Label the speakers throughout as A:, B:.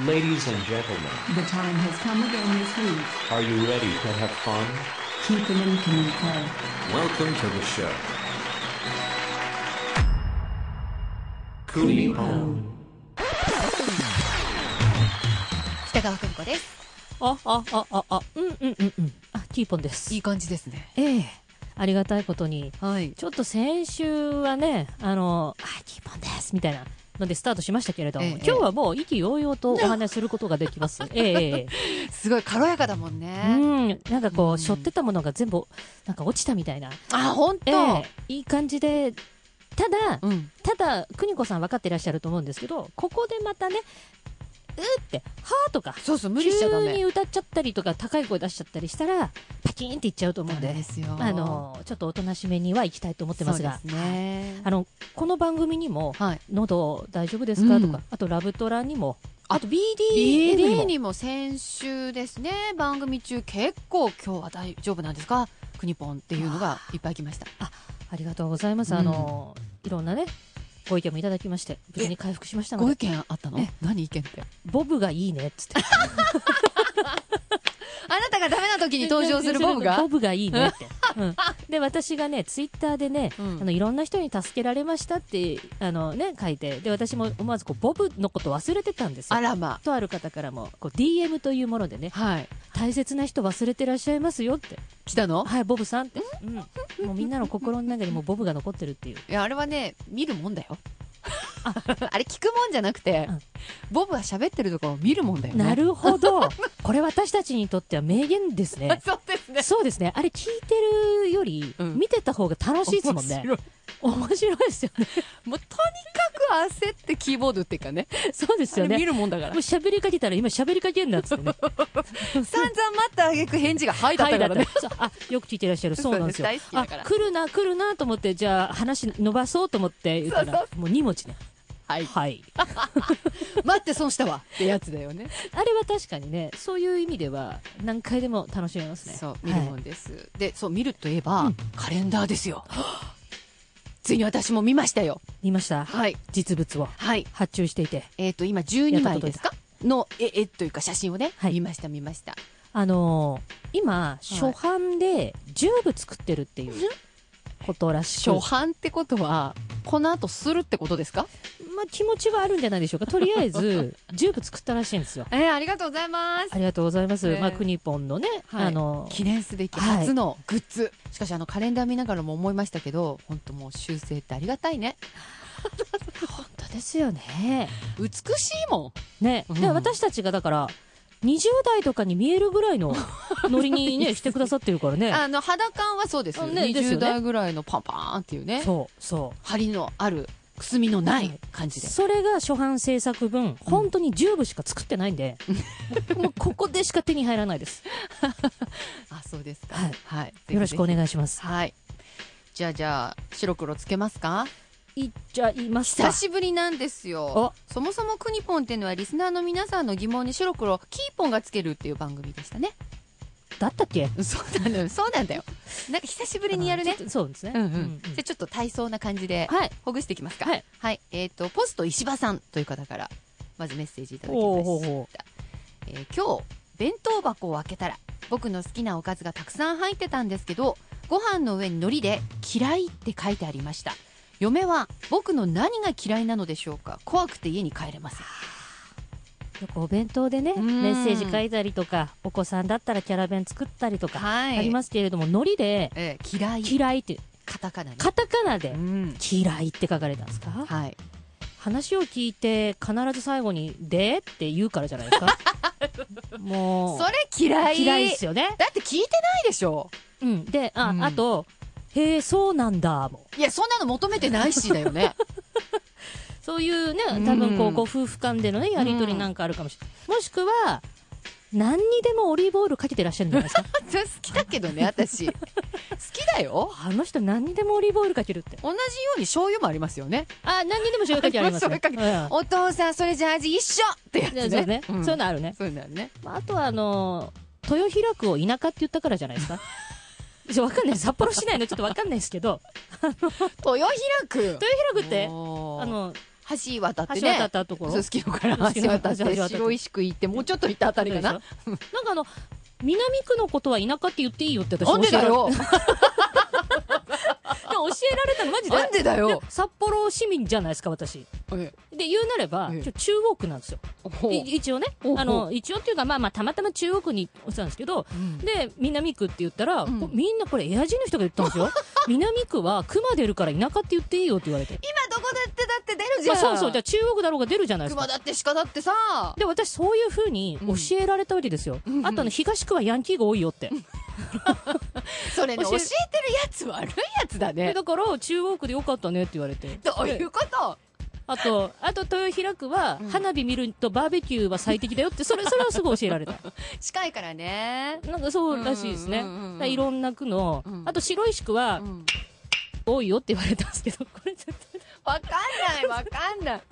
A: Ladies and gentlemen,
B: The time has come again this week.
A: are you ready to have fun?
B: Keep them in Kamiko.
C: Welcome to the show.
A: Kuni Pon.
D: 北川久美子です。
E: あ、あ、あ、あ、あ、うん、うん、うん、うん。あ、キーポンです。
D: いい感じですね。
E: ええありがたいことに。
D: はい。
E: ちょっと先週はね、あの、あ、キーポンです、みたいな。のでスタートしましたけれども、
D: ええ
E: 今日はもう意気揚々とお話しすることがで きます。えええ
D: すごい軽やかだもん
E: え
D: ね。
E: うん、なんか
D: う
E: こ
D: ん
E: う、背負ってたものが全部、なんか落ちたみたいな。
D: あ、ほんと
E: ええいい感じで、ただ、
D: うん。
E: ただ、邦子さん分かっていらっしゃると思うんですけど、ここでまたね、うーって、はーとか、
D: そうそう、無理しちゃダ
E: 急に
D: メ。
E: 歌っちゃったりとか高い声出しちゃったりしたらパキーンっていっちゃうと思う
D: ダ
E: ん
D: メ
E: で
D: ですよ。
E: あのちょっとおとなしめには行きたいと思ってますが
D: そうですね。
E: あのこの番組にも
D: はい。
E: 喉大丈夫ですか、と
D: う
E: か
D: ん
E: あとラブトラにも
D: あ
E: あ
D: と
E: と
D: d
E: BDA に
D: d
E: も
D: にも先週ですね、番組中結構今日は大丈夫なんですかクニポンっていうのがいっぱい来ました。
E: ありがとうございます、あのいろんなねご意見もいただきまして無事に回復しましたの
D: ご
E: で
D: 意見あったの
E: え
D: 何意見って。
E: ボブがいいねっつって
D: あなたがダメな時に 登場するボブ が
E: ボブがいいねって、うん、で私がねツイッターでね
D: うん
E: あのいろんな人に助けられましたってあの、ね、書いてで私も思わずこうボブのこと忘れてたんですよ
D: あ。らま。
E: とある方からもこう DM というものでね
D: はい。
E: 大切な人忘れてらっしゃいますよって
D: 来たの
E: はいボブさんって、うん、もうみんなの心の中にもうボブが残ってるっていう
D: いや、あれはね、見るもんだよ。 あれ聞くもんじゃなくて
E: うん、
D: ボブが喋ってるところを見るもんだよね。
E: なるほどこれ私たちにとっては名言ですね
D: そうですね。
E: そうですねあれ聞いてるより
D: うん
E: 見てた方が楽しいですもんね、
D: 面白い
E: 面白いですよね
D: もうとにかく焦ってキーボード打っていうかね。
E: そうですよ
D: あれ見
E: ね
D: るもんだから
E: もう。喋りかけたら今喋りかけんなっつってね
D: 散々待ったあげく返事がはいだっ
E: は
D: た
E: い
D: からね。
E: だったあよく聞いてらっしゃるそうなんですよ
D: そうです大好
E: あ
D: きだから
E: 来るな来るなと思ってじゃあ話伸ばそうと思って言ったら
D: そう
E: もう2文字ね
D: はい
E: はい
D: 待って損したわってやつだよね。
E: あれは確かにねそういう意味では何回でも楽しめますね
D: そう、見るも
E: はい
D: んです。で、そう、見るといえば、
E: うん
D: カレンダーですよ。ついに私も見ましたよ。
E: 見ました
D: はい。
E: 実物を
D: はい。
E: 発注していて
D: えっ、と、今
E: や
D: 12
E: っと
D: 枚
E: 届
D: で
E: い
D: す
E: た
D: かの絵、絵というか写真をね、
E: はい
D: 見ました見ました。
E: あのー今初版で10部作ってるっていうことらしく、
D: 初版ってことは、この後するってことですか
E: まあ、気持ちがあるんじゃないでしょうかとりあえ ず10部作ったらしいんですよ
D: えー、ありがとうございます
E: あ。りがとうございます、
D: ねえ
E: まあクニポンのね、
D: はい
E: あのー
D: 記念すべき初のグッズ、しかしあのカレンダー見ながらも思いましたけど本当もう修正ってありがたいね
E: 本当ですよね
D: 美しいも
E: ね、
D: うん
E: で私たちがだから20代とかに見えるぐら いのノリにねしてくださってるから
D: ん
E: ね
D: あの肌感はそうですよ、
E: あねで
D: 20
E: すよね
D: 代ぐらいのパンパーンっていうね
E: そうそ
D: 張りのあるくすみのない感
E: う
D: じで、
E: それが初版制作分本当に10部しか作ってないんで、 もうここでしか手に入らないです、
D: あそうですか
E: はい、
D: はい
E: よろしくお
D: いし
E: 願いしま
D: ますはいじゃあじゃあ白黒つけますか
E: いっちゃいますか
D: 久しぶりなんですよそもそもクニポンっていうのはリスナーの皆さんの疑問に白黒キーポンがつけるっていう番組でしたね
E: だったっけ
D: そうなんだよそうなん だよなんか久しぶりにやるね
E: あのちょっとそうですね、
D: うんうん
E: うんうん
D: じゃあちょっと体操な感じで
E: はい
D: ほぐしていきますか。
E: はい。
D: えっ、と、ポスト石破さんという方から、まずメッセージいただきま
E: ほうほう
D: した。
E: ほ
D: えー今日、弁当箱を開けたら、僕の好きなおかずがたくさん入ってたんですけど、ご飯の上に海苔で、嫌いって書いてありました。嫁は、僕の何が嫌いなのでしょうか怖くて家に帰れません。
E: うよくお弁当でね
D: うん
E: メッセージ書いたりとかお子さんだったらキャラ弁作ったりとか
D: は
E: あ
D: い。
E: りますけれども、ノリで
D: えー嫌い。
E: 嫌いって
D: カタカナね。
E: カタカナで
D: うん。
E: 嫌いって書かれたんですか
D: はい。
E: 話を聞いて必ず最後に「で?」って言うからじゃないで すかもう
D: それ嫌い。
E: 嫌いですよね、
D: だって聞いてないでしょ。
E: うん、であ,、
D: うん
E: あと「へえそうなんだ」も
D: いや、そんなの求めてないしだよね。
E: そういうね
D: うん
E: 多分こうご夫婦間でのねやり取りなんかあるかもしれない、もしくは何にでもオリーブオイルかけてらっしゃるんじ ゃないですか
D: それ好きだけどね、私。好きだよ。
E: あの人何にでもオリーブオイルかけるって
D: 同じように醤油もありますよね。
E: あ何にでも醤油かけあ りますね
D: 醤
E: うん
D: お父さん、それじゃ味一緒ってやつ
E: そう
D: ね。
E: ね、
D: うん
E: そういうのあるね、
D: そういうのあるね。
E: まあ、あとはあのー豊平区を田舎って言ったからじゃないで すかちょわかんない札幌市内のちょっとわかんないですけど
D: 豊平区。
E: 豊平区って
D: おー
E: あ、の
D: 橋渡って
E: 橋渡
D: ね
E: ったところ
D: そう好きだから
E: 好き
D: 橋
E: な
D: 渡って
E: 橋渡って
D: 白石区行ってもうちょっと行ったあたりかな
E: そうでしょなんかあの南区のことは田舎って言っていいよって私
D: なんでだよ
E: 教えられ教えられたのマジで
D: なんでだよ
E: で札幌市民じゃないですか私
D: え
E: で言うなれば、
D: ええ
E: ちょ中央区なんですよ
D: ほう
E: い一応ね
D: ほう
E: あ
D: ほ
E: の一応っていうかまあまあたまたま中央区に落ちたんですけど
D: うん
E: で南区って言ったら、
D: うん
E: こみんなこれエアジーの人が言った んですよ南区は熊出るから田舎って言っていいよって言われて
D: 今どこだってだって出るじゃ
E: ま
D: ん、
E: あそうそうじゃあ中央区だろうが出るじゃないですか
D: 熊だって鹿だってさ
E: で私そういうふうに教えられたわけですよ、
D: うん
E: あとね東区はヤンキーが多いよって、
D: それね
E: 教
D: 教え
E: え
D: てるやつ悪いやつだ
E: で
D: ね
E: だから中央区でよかったねって言われて
D: どういうこと
E: あと、あと豊平区は、
D: うん
E: 花火見るとバーベキューは最適だよって、それ、それはすごい教えら れた。
D: 近いからね
E: なんかそうらしいですね。
D: う
E: だ
D: んうんうんうん
E: からいろんな区の
D: う、ん
E: あと白石区
D: わ、
E: は
D: う、ん、
E: 多いよって言われたんですけど、これ絶対。
D: わかんないわかんない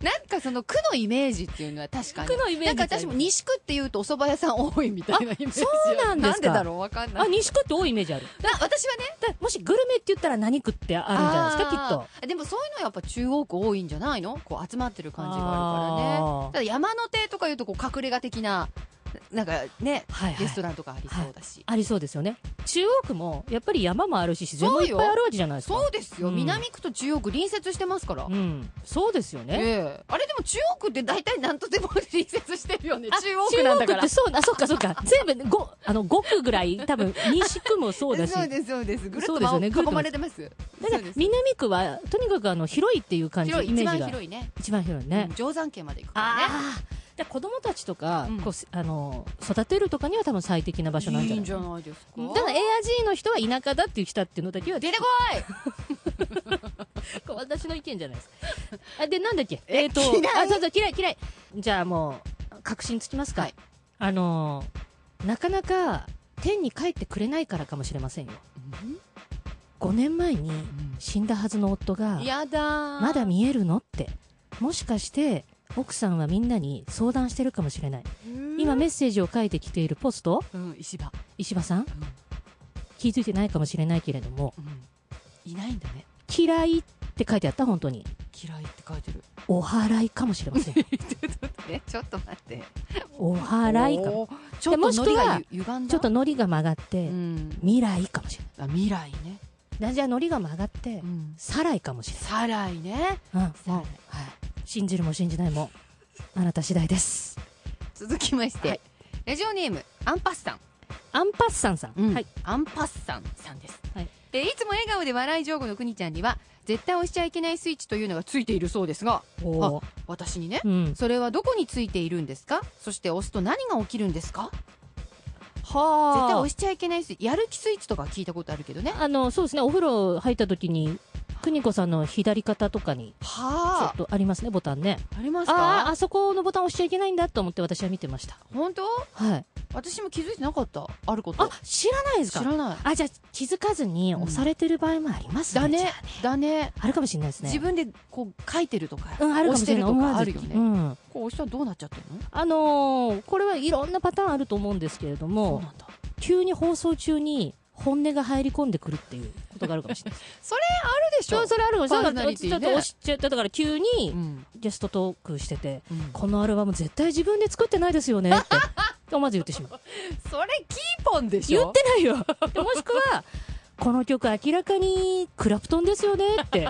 D: なんかその区のイメージっていうのは確かに
E: 区のイメージ
D: なんか私も西区っていうとお蕎麦屋さん多いみたいなイメージ
E: そうなんで
D: なん
E: すか
D: でだろうわかんな
E: あ、
D: い
E: 西区って多いイメージある。
D: な私はね
E: だからもしグルメって言ったら何区ってあるんじゃないですか、きっと。
D: とでもそういうのはやっぱ中央区多いんじゃないのこう集まってる感じがあるから
E: あ
D: ねた
E: ー
D: だ山の手とかいうとこう隠れ家的なななんかね
E: はいは
D: レスト
E: い。
D: ランとかありそうだし、
E: ありそうですよね。中央区も、やっぱり山もあるし、自然もいっぱいあるわけじゃないですか。
D: そうですよ、
E: うん
D: 南区と中央区隣接してますから、
E: うん。そうですよね。
D: ええあれでも中央区って大体何とでも隣接してるよね
E: あ
D: 中央区なんだか
E: 中央区っ
D: ら
E: てそう、あ、そっかそっか。全部、ご、あの、5区ぐらい、多分、西区もそうだし。
D: ですそうですぐるっ
E: そう
D: と
E: で
D: ますあ
E: よねぐるっと
D: 囲まれてます
E: だ
D: そ
E: か
D: う
E: ら
D: です
E: 南区はとにかくあの広いっていう感じ
D: 広い
E: イメ
D: 一
E: ー
D: 番
E: ジが
D: 広いね
E: 一番広いね
D: うん、定山渓まで行くからね
E: ああで子供たちとか、
D: うん
E: こうすあの育てるとかには多分最適な場所なんじ
D: い
E: ゃないい
D: んじゃないですか
E: ただ AIG の人は田舎だっていう人っていうのだけは
D: 出てこい
E: こう私の意見じゃないです あでなんだっけ
D: え
E: えっ、と
D: 嫌い
E: あそうそう嫌い嫌いじゃあもう確信つきますか、
D: はい
E: あのーなかなか天に帰ってくれないからかもしれませんよ5年前に死んだはずの夫が
D: やだー
E: まだ見えるのって。もしかして、奥さんはみんなに相談してるかもしれない。今メッセージを書いてきているポスト、
D: うん石場、
E: 石破さん、気づいてないかもしれないけれども、
D: いないんだね
E: 嫌いって書いてあった、本当に。
D: 嫌いって書いてる
E: お祓いかもしれません。
D: えちょっと待って
E: お祓いかも。
D: おーちょっとノリがゆ歪んだ
E: ちょっとノリが曲がって、
D: うん
E: 未来かもしれ
D: あ未来ね、
E: ない。じゃあノリが曲がって、
D: うん、
E: サライかもしれ
D: 再来ね
E: ない。うん。
D: 再来
E: はい。信じるも信じないも、あなた次第です。
D: 続きまして、
E: はい
D: ラジオネームアンパッサン、
E: アンパッサンさん。
D: は
E: はいい。、
D: アンパッサンさんです、
E: はい
D: でいつも笑顔で笑い上手のくにちゃんには絶対押しちゃいけないスイッチというのがついているそうですが
E: おー
D: 私にね
E: うん。
D: それはどこについているんですかそして押すと何が起きるんですか
E: は
D: 絶対押しちゃいけないスイッチやる気スイッチとか聞いたことあるけどね
E: あの、そうですね、お風呂入った時に、邦子さんの左肩とかに、ちょ
D: は
E: っとありますね、ボタンね。
D: ああります
E: ああ、
D: か
E: あそこのボタン押しちゃいけないんだと思って私は見てました。
D: 本当
E: はい。
D: 私も気づいてなかったあること
E: あ、知らないです
D: 知
E: から
D: ない
E: あ、じゃあ気づかずに押されてる場合もありますね。
D: だ
E: じゃ
D: ね
E: あ
D: だね
E: あるかもしれないですね。
D: 自分でこう書いてるとか、
E: うん、あるかもしれな
D: 押してる
E: い。
D: と
E: 思
D: かあ
E: わず
D: るよね、
E: うん。
D: こう押したらどうなっちゃってるの
E: あのーこれはいろんなパターンあると思うんですけれど
D: そう
E: も、
D: なんだ
E: 急に放送中に本音が入り込んでくるっていうことがあるかもしれないです。
D: あるでしょ
E: そう、それあるかもしれ
D: パ
E: な
D: ーソナ
E: い。
D: リティ
E: ち
D: ね
E: ょっと押しちゃった。だから急に
D: ん
E: ゲストトークしてて、
D: うん
E: このアルバム絶対自分で作ってないですよねって とまず言ってしまう
D: それキーポンでし
E: 言っ
D: ょ
E: てないよでもしくはこの曲明らかにクラプトンですよねって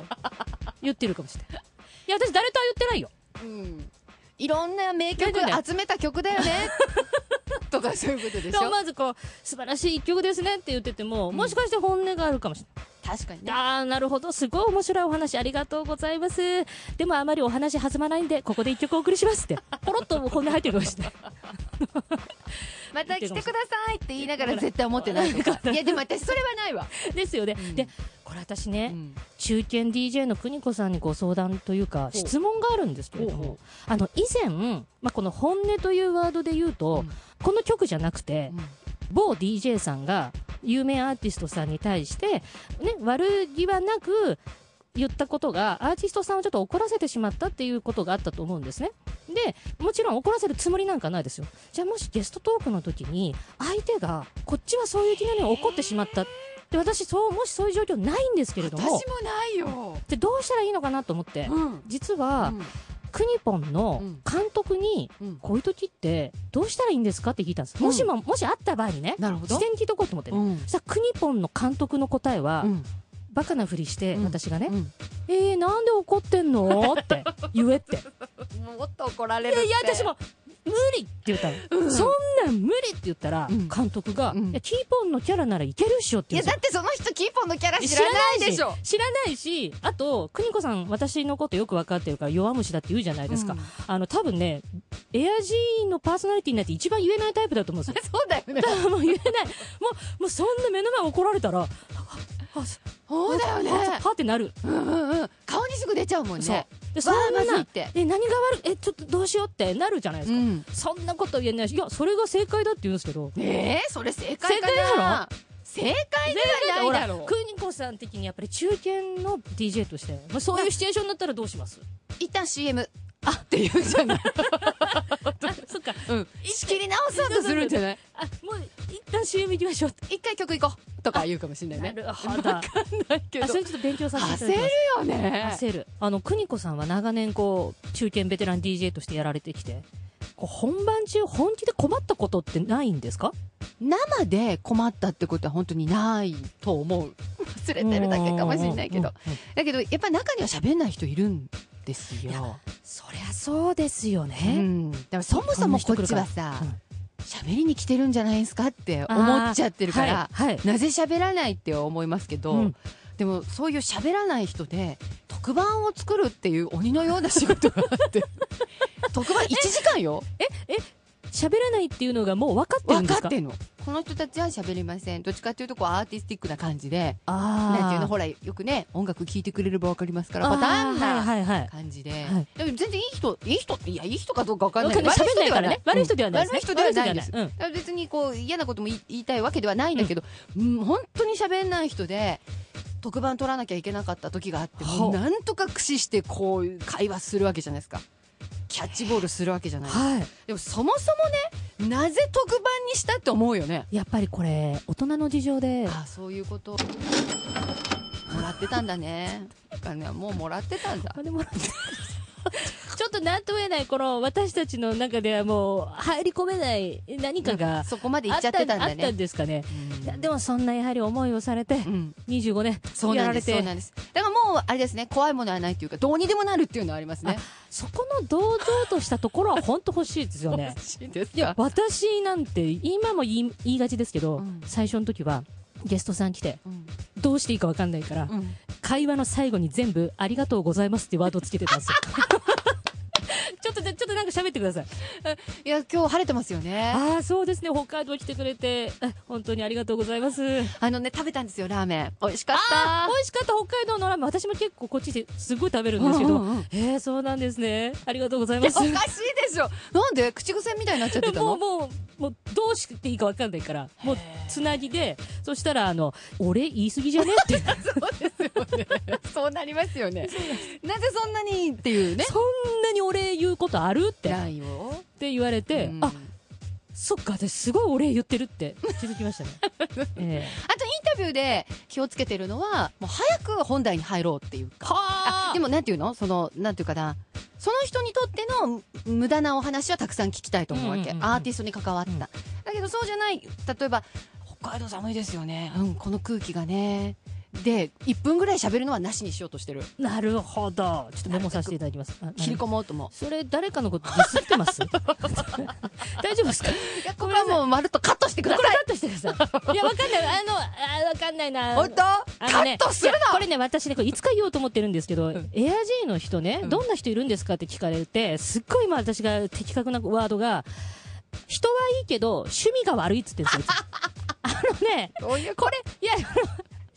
E: 言ってるかもしれないいや私誰とは言ってないよ
D: うんいろんな名曲
E: 言ってない
D: 集めた曲だよ ねとかそういうことでし
E: でも
D: ょ
E: まずこう素晴らしい一曲ですねって言ってても、もしかして本音があるかもしれない
D: 確かにね
E: ああなるほどすごい面白いお話ありがとうございますでもあまりお話弾まないんでここで一曲お送り しますってポロッと本音入ってるかもしれない
D: また来てくださいって言いながら絶対思ってないと かいやでも私それはないわ、
E: ですよね、
D: うん
E: でこれ私ね、
D: うん
E: 中堅 DJ の邦子さんにご相談というか
D: う
E: 質問があるんですけれど
D: ほうほ
E: もあの以前、まあ、この「本音」というワードで言う
D: う
E: と、
D: ん
E: この曲じゃなくて、某 DJ さんが有名アーティストさんに対して、ね、悪気はなく言ったことがアーティストさんをちょっと怒らせてしまったっていうことがあったと思うんですねでもちろん怒らせるつもりなんかないですよじゃあもしゲストトークの時に相手がこっちはそういう気なのに怒ってしまったで私そうもしそういう状況ないんですけれど
D: 私
E: も
D: もないよ。
E: でどうしたらいいのかなと思って、
D: うん。
E: 実
D: う
E: は、
D: ん
E: クニポンの
D: うん
E: 監督に、
D: うん
E: こういう時ってどうしたらいいんですかって聞いたんです、
D: うん
E: もしももしあった場合にね
D: なるほど
E: 事。前に聞いとこうと思ってね、
D: うん
E: そしたらクニポンの監督の答えは、
D: うん
E: バカなふりして、
D: うん
E: 私がね、
D: うん
E: えー、なんで怒ってんのって言 えって。
D: もっと怒られるっ
E: い
D: て。
E: やいや、私も、無理って言ったの。そんなん無理って言ったら、
D: うん
E: 監督が、
D: うん
E: いや、キーポンのキャラならいけるっしょって
D: い
E: 言
D: や
E: うん
D: だ
E: です
D: ってその人キーポンのキャラ
E: よ
D: 知らないでしょ。
E: 知らないし、知らないしあと、邦子さん、私のことよく分かってるから、弱虫だって言うじゃないですか。
D: うん
E: あの、多分ね、エアジーンのパーソナリティになって一番言えないタイプだと思うんですよ。
D: そうだよね。
E: だからもう言えない。もう、もうそんな目の前怒られたら、ああ、
D: そうだよね。
E: パーってなる。
D: うんうんうん。顔にすぐ出ちゃうもん
E: そう
D: ね。。
E: で、そん
D: わあまずいっ
E: な
D: て、
E: え、何が悪い、え、ちょっとどうしようってなるじゃないです
D: う
E: か。
D: ん。
E: そんなこと言えないし、いや、それが正解だって言うんですけど。
D: ええそれ正解か
E: 正解だ
D: な。正解ではないだろう。
E: クニコさん的にやっぱり中堅の DJ として、まあ、そういうシチュエーションになったらどう します
D: 一旦 CM。あって言うんじゃない。
E: あ、そっか。
D: うん。仕切り直そうとするんじゃない。
E: あ、もう、一旦 CM 行きましょうって。
D: 一回曲行こうとか言うかもしれな
E: ない
D: ね。
E: るほど。あ、
D: だけど
E: それちょっと勉強させてい
D: 焦
E: た
D: る
E: だきます。
D: よね。
E: 焦る。あの、クニコさんは長年こう、中堅ベテラン DJ としてやられてきて、こう本番中本気で困ったことってないんですか
D: 生で困ったってことは本当にないと思う。忘れてるだけかもしれないけど
E: うん。うんうん
D: だけど、やっぱ中には喋んない人いるんです
E: い
D: よ。
E: そりゃそうですよね。
D: うん。だからそもそもこっちはさ
E: うん、
D: 喋りに来てるんじゃないですかって思っちゃってるから、
E: はいはい
D: なぜ喋らないって思いますけど、
E: うん
D: でもそういう喋らない人で特番を作るっていう鬼のような仕事があって 特番1時間よ
E: 喋らないっていうのがもう分かってるん
D: 分
E: です
D: か
E: か
D: ってんのこの人たちは喋りませんどっちかっていうとこうアーティスティックな感じで
E: あ
D: なんていうの
E: ほ
D: ほらよくね音楽聴いてくれれば分かりますからパターン
E: はい
D: な
E: はいはい。
D: 感じで、
E: はい
D: でも全然いい人いい人っていやいい人かどうか分かんない
E: わかんな
D: 悪い
E: い
D: 人では
E: 喋んないからね悪い人ではない
D: うん悪
E: ですね
D: い人ではないんです
E: 悪い人ではないうん
D: だから別にこう嫌なことも言い言いたいわけではないんだけど、うん本当に喋んない人で特番取らなきゃいけなかった時があっても
E: ほ
D: う
E: う
D: なんとか駆使してこう会話するわけじゃないですかキャッチボールするわけじゃない
E: はい。
D: でもそもそもねなぜ特番にしたって思うよね
E: やっぱりこれ、大人の事情で、
D: ああそういうこともらってたんだねだからねもうもらってたんだ
E: お金もらってちょっとなんとも言えない、この私たちの中ではもう入り込めない何かが、
D: そこまで行
E: あ
D: っ
E: っ
D: ちゃ
E: た
D: ってたんだ
E: あったん
D: ね
E: ですかね。いやで
D: も
E: もそんなやはり思いをされて、
D: うん
E: 25年、
D: そう
E: や
D: な
E: ら
D: んで
E: れ
D: すそう
E: て、
D: なんですだからもうあれですね怖いものはないというかどうにでもなるっていうのはありますね
E: そこの堂々としたところは本当欲しいですよね。
D: しいです
E: いや、私なんて、今も言い言いがちですけど、
D: うん
E: 最初の時は、ゲストさん来て、
D: うん
E: どうしていいか分かんないから、
D: うん
E: 会話の最後に全部、ありがとうございますってワードつけてたんですよ。 ちょっと、ちょっとなんか喋ってください。
D: いや今日晴れてますよね
E: ああ、そうですね、北海道来てくれて、あ本当にありがとうございます。
D: あのね食べたんですよラーメン美味しかった
E: あー美味しかった北海道のラーメン、私も結構こっちですごい食べるんですけ
D: う
E: ど、
D: んうんうん
E: えー、そうなんですね。ありがとうござい
D: いや
E: ます。
D: おかしいでしょなんで口癖みたいになっちゃってた
E: もう
D: の
E: もう、もうどうしていいか分かんないから、もうつなぎで、そしたら、あの、俺言い過ぎじゃねって。
D: そうなりますよねなぜそんなにっていうね
E: そんなにお礼言うことあるって
D: ないよ
E: って言われて、
D: うん
E: あそっか、私すごいお礼言ってるって気づき ましたね。え
D: あとインタビューで気をつけてるのは、もう早く本題に入ろうっていうか。あでもなんていうのその、なんていうかな。その人にとってのむ無駄なお話はたくさん聞きたいと思うわけ。
E: うんうんうん
D: アーティストに関わった。
E: うん
D: だけどそうじゃない。例えば、北海道寒いですよね。うん、この空気がね。で、1分ぐらい喋るのはなしにしようとしてる。
E: えなるほど。ちょっとメモさせていただきます。あ
D: 切り
E: あ
D: 込
E: の
D: もうと思
E: それ、誰かのことディスってます 大丈夫ですか
D: う。いや、これはもうまるっとカットしてくだ
E: こ
D: さ
E: れ
D: い。
E: カットしてくだ さい。いや、わかんない。あの、あわかんないな。
D: 本当
E: あ
D: カ
E: のね
D: ットする
E: いやこれね、私ね、これいつか言おうと思ってるんですけど、エアジーの人ね、
D: ん
E: どんな人いるんですかって聞かれて、すっごい今私が的確なワードが、人はいいけど、趣味が悪いっつってんですよ。い つもあのね、
D: どういうこれ
E: いや、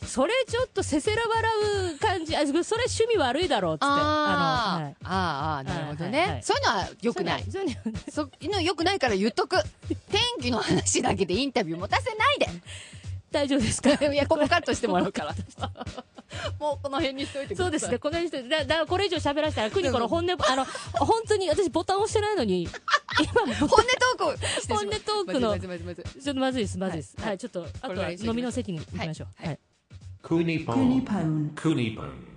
E: それちょっとせせら笑う感じ、あそれ趣味悪いだろうっつって。
D: あー、
E: のはい
D: あーあー、なるほどね。
E: はいはいはい
D: そういうのは良くない。
E: そううのそういうの
D: そういうのよくないから言っとく。天気の話だけでインタビュー持たせないで。
E: 大丈夫ですか
D: いや、ここカットしてもらうから。 もうこの辺にしといてください。
E: そうですね、。この人、だ、だ、これ以上喋らせたら、クニコの本音、あの、本当に、私ボタン押してないの に、今、
D: 本音トークしてしまう
E: 本音トークの
D: まずいまずいまずいまずい
E: ちょっとまずいです、まずいです。
D: は
E: はいい、ちょっと、あ
D: これ
E: と
D: ぐら
E: はい
D: にしときます
E: 飲みの席に行きましょう。
D: はい
E: はい。
F: Kunipon.
G: Kunipone.
A: Kunipon.